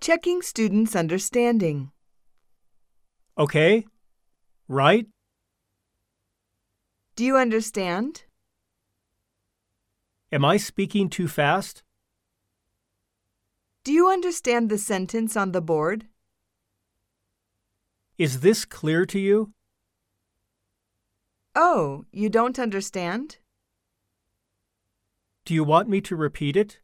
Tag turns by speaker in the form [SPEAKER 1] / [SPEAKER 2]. [SPEAKER 1] Checking students' understanding.
[SPEAKER 2] Okay? Right?
[SPEAKER 1] Do you understand?
[SPEAKER 2] Am I speaking too fast?
[SPEAKER 1] Do you understand the sentence on the board?
[SPEAKER 2] Is this clear to you?
[SPEAKER 1] Oh, you don't understand?
[SPEAKER 2] Do you want me to repeat it?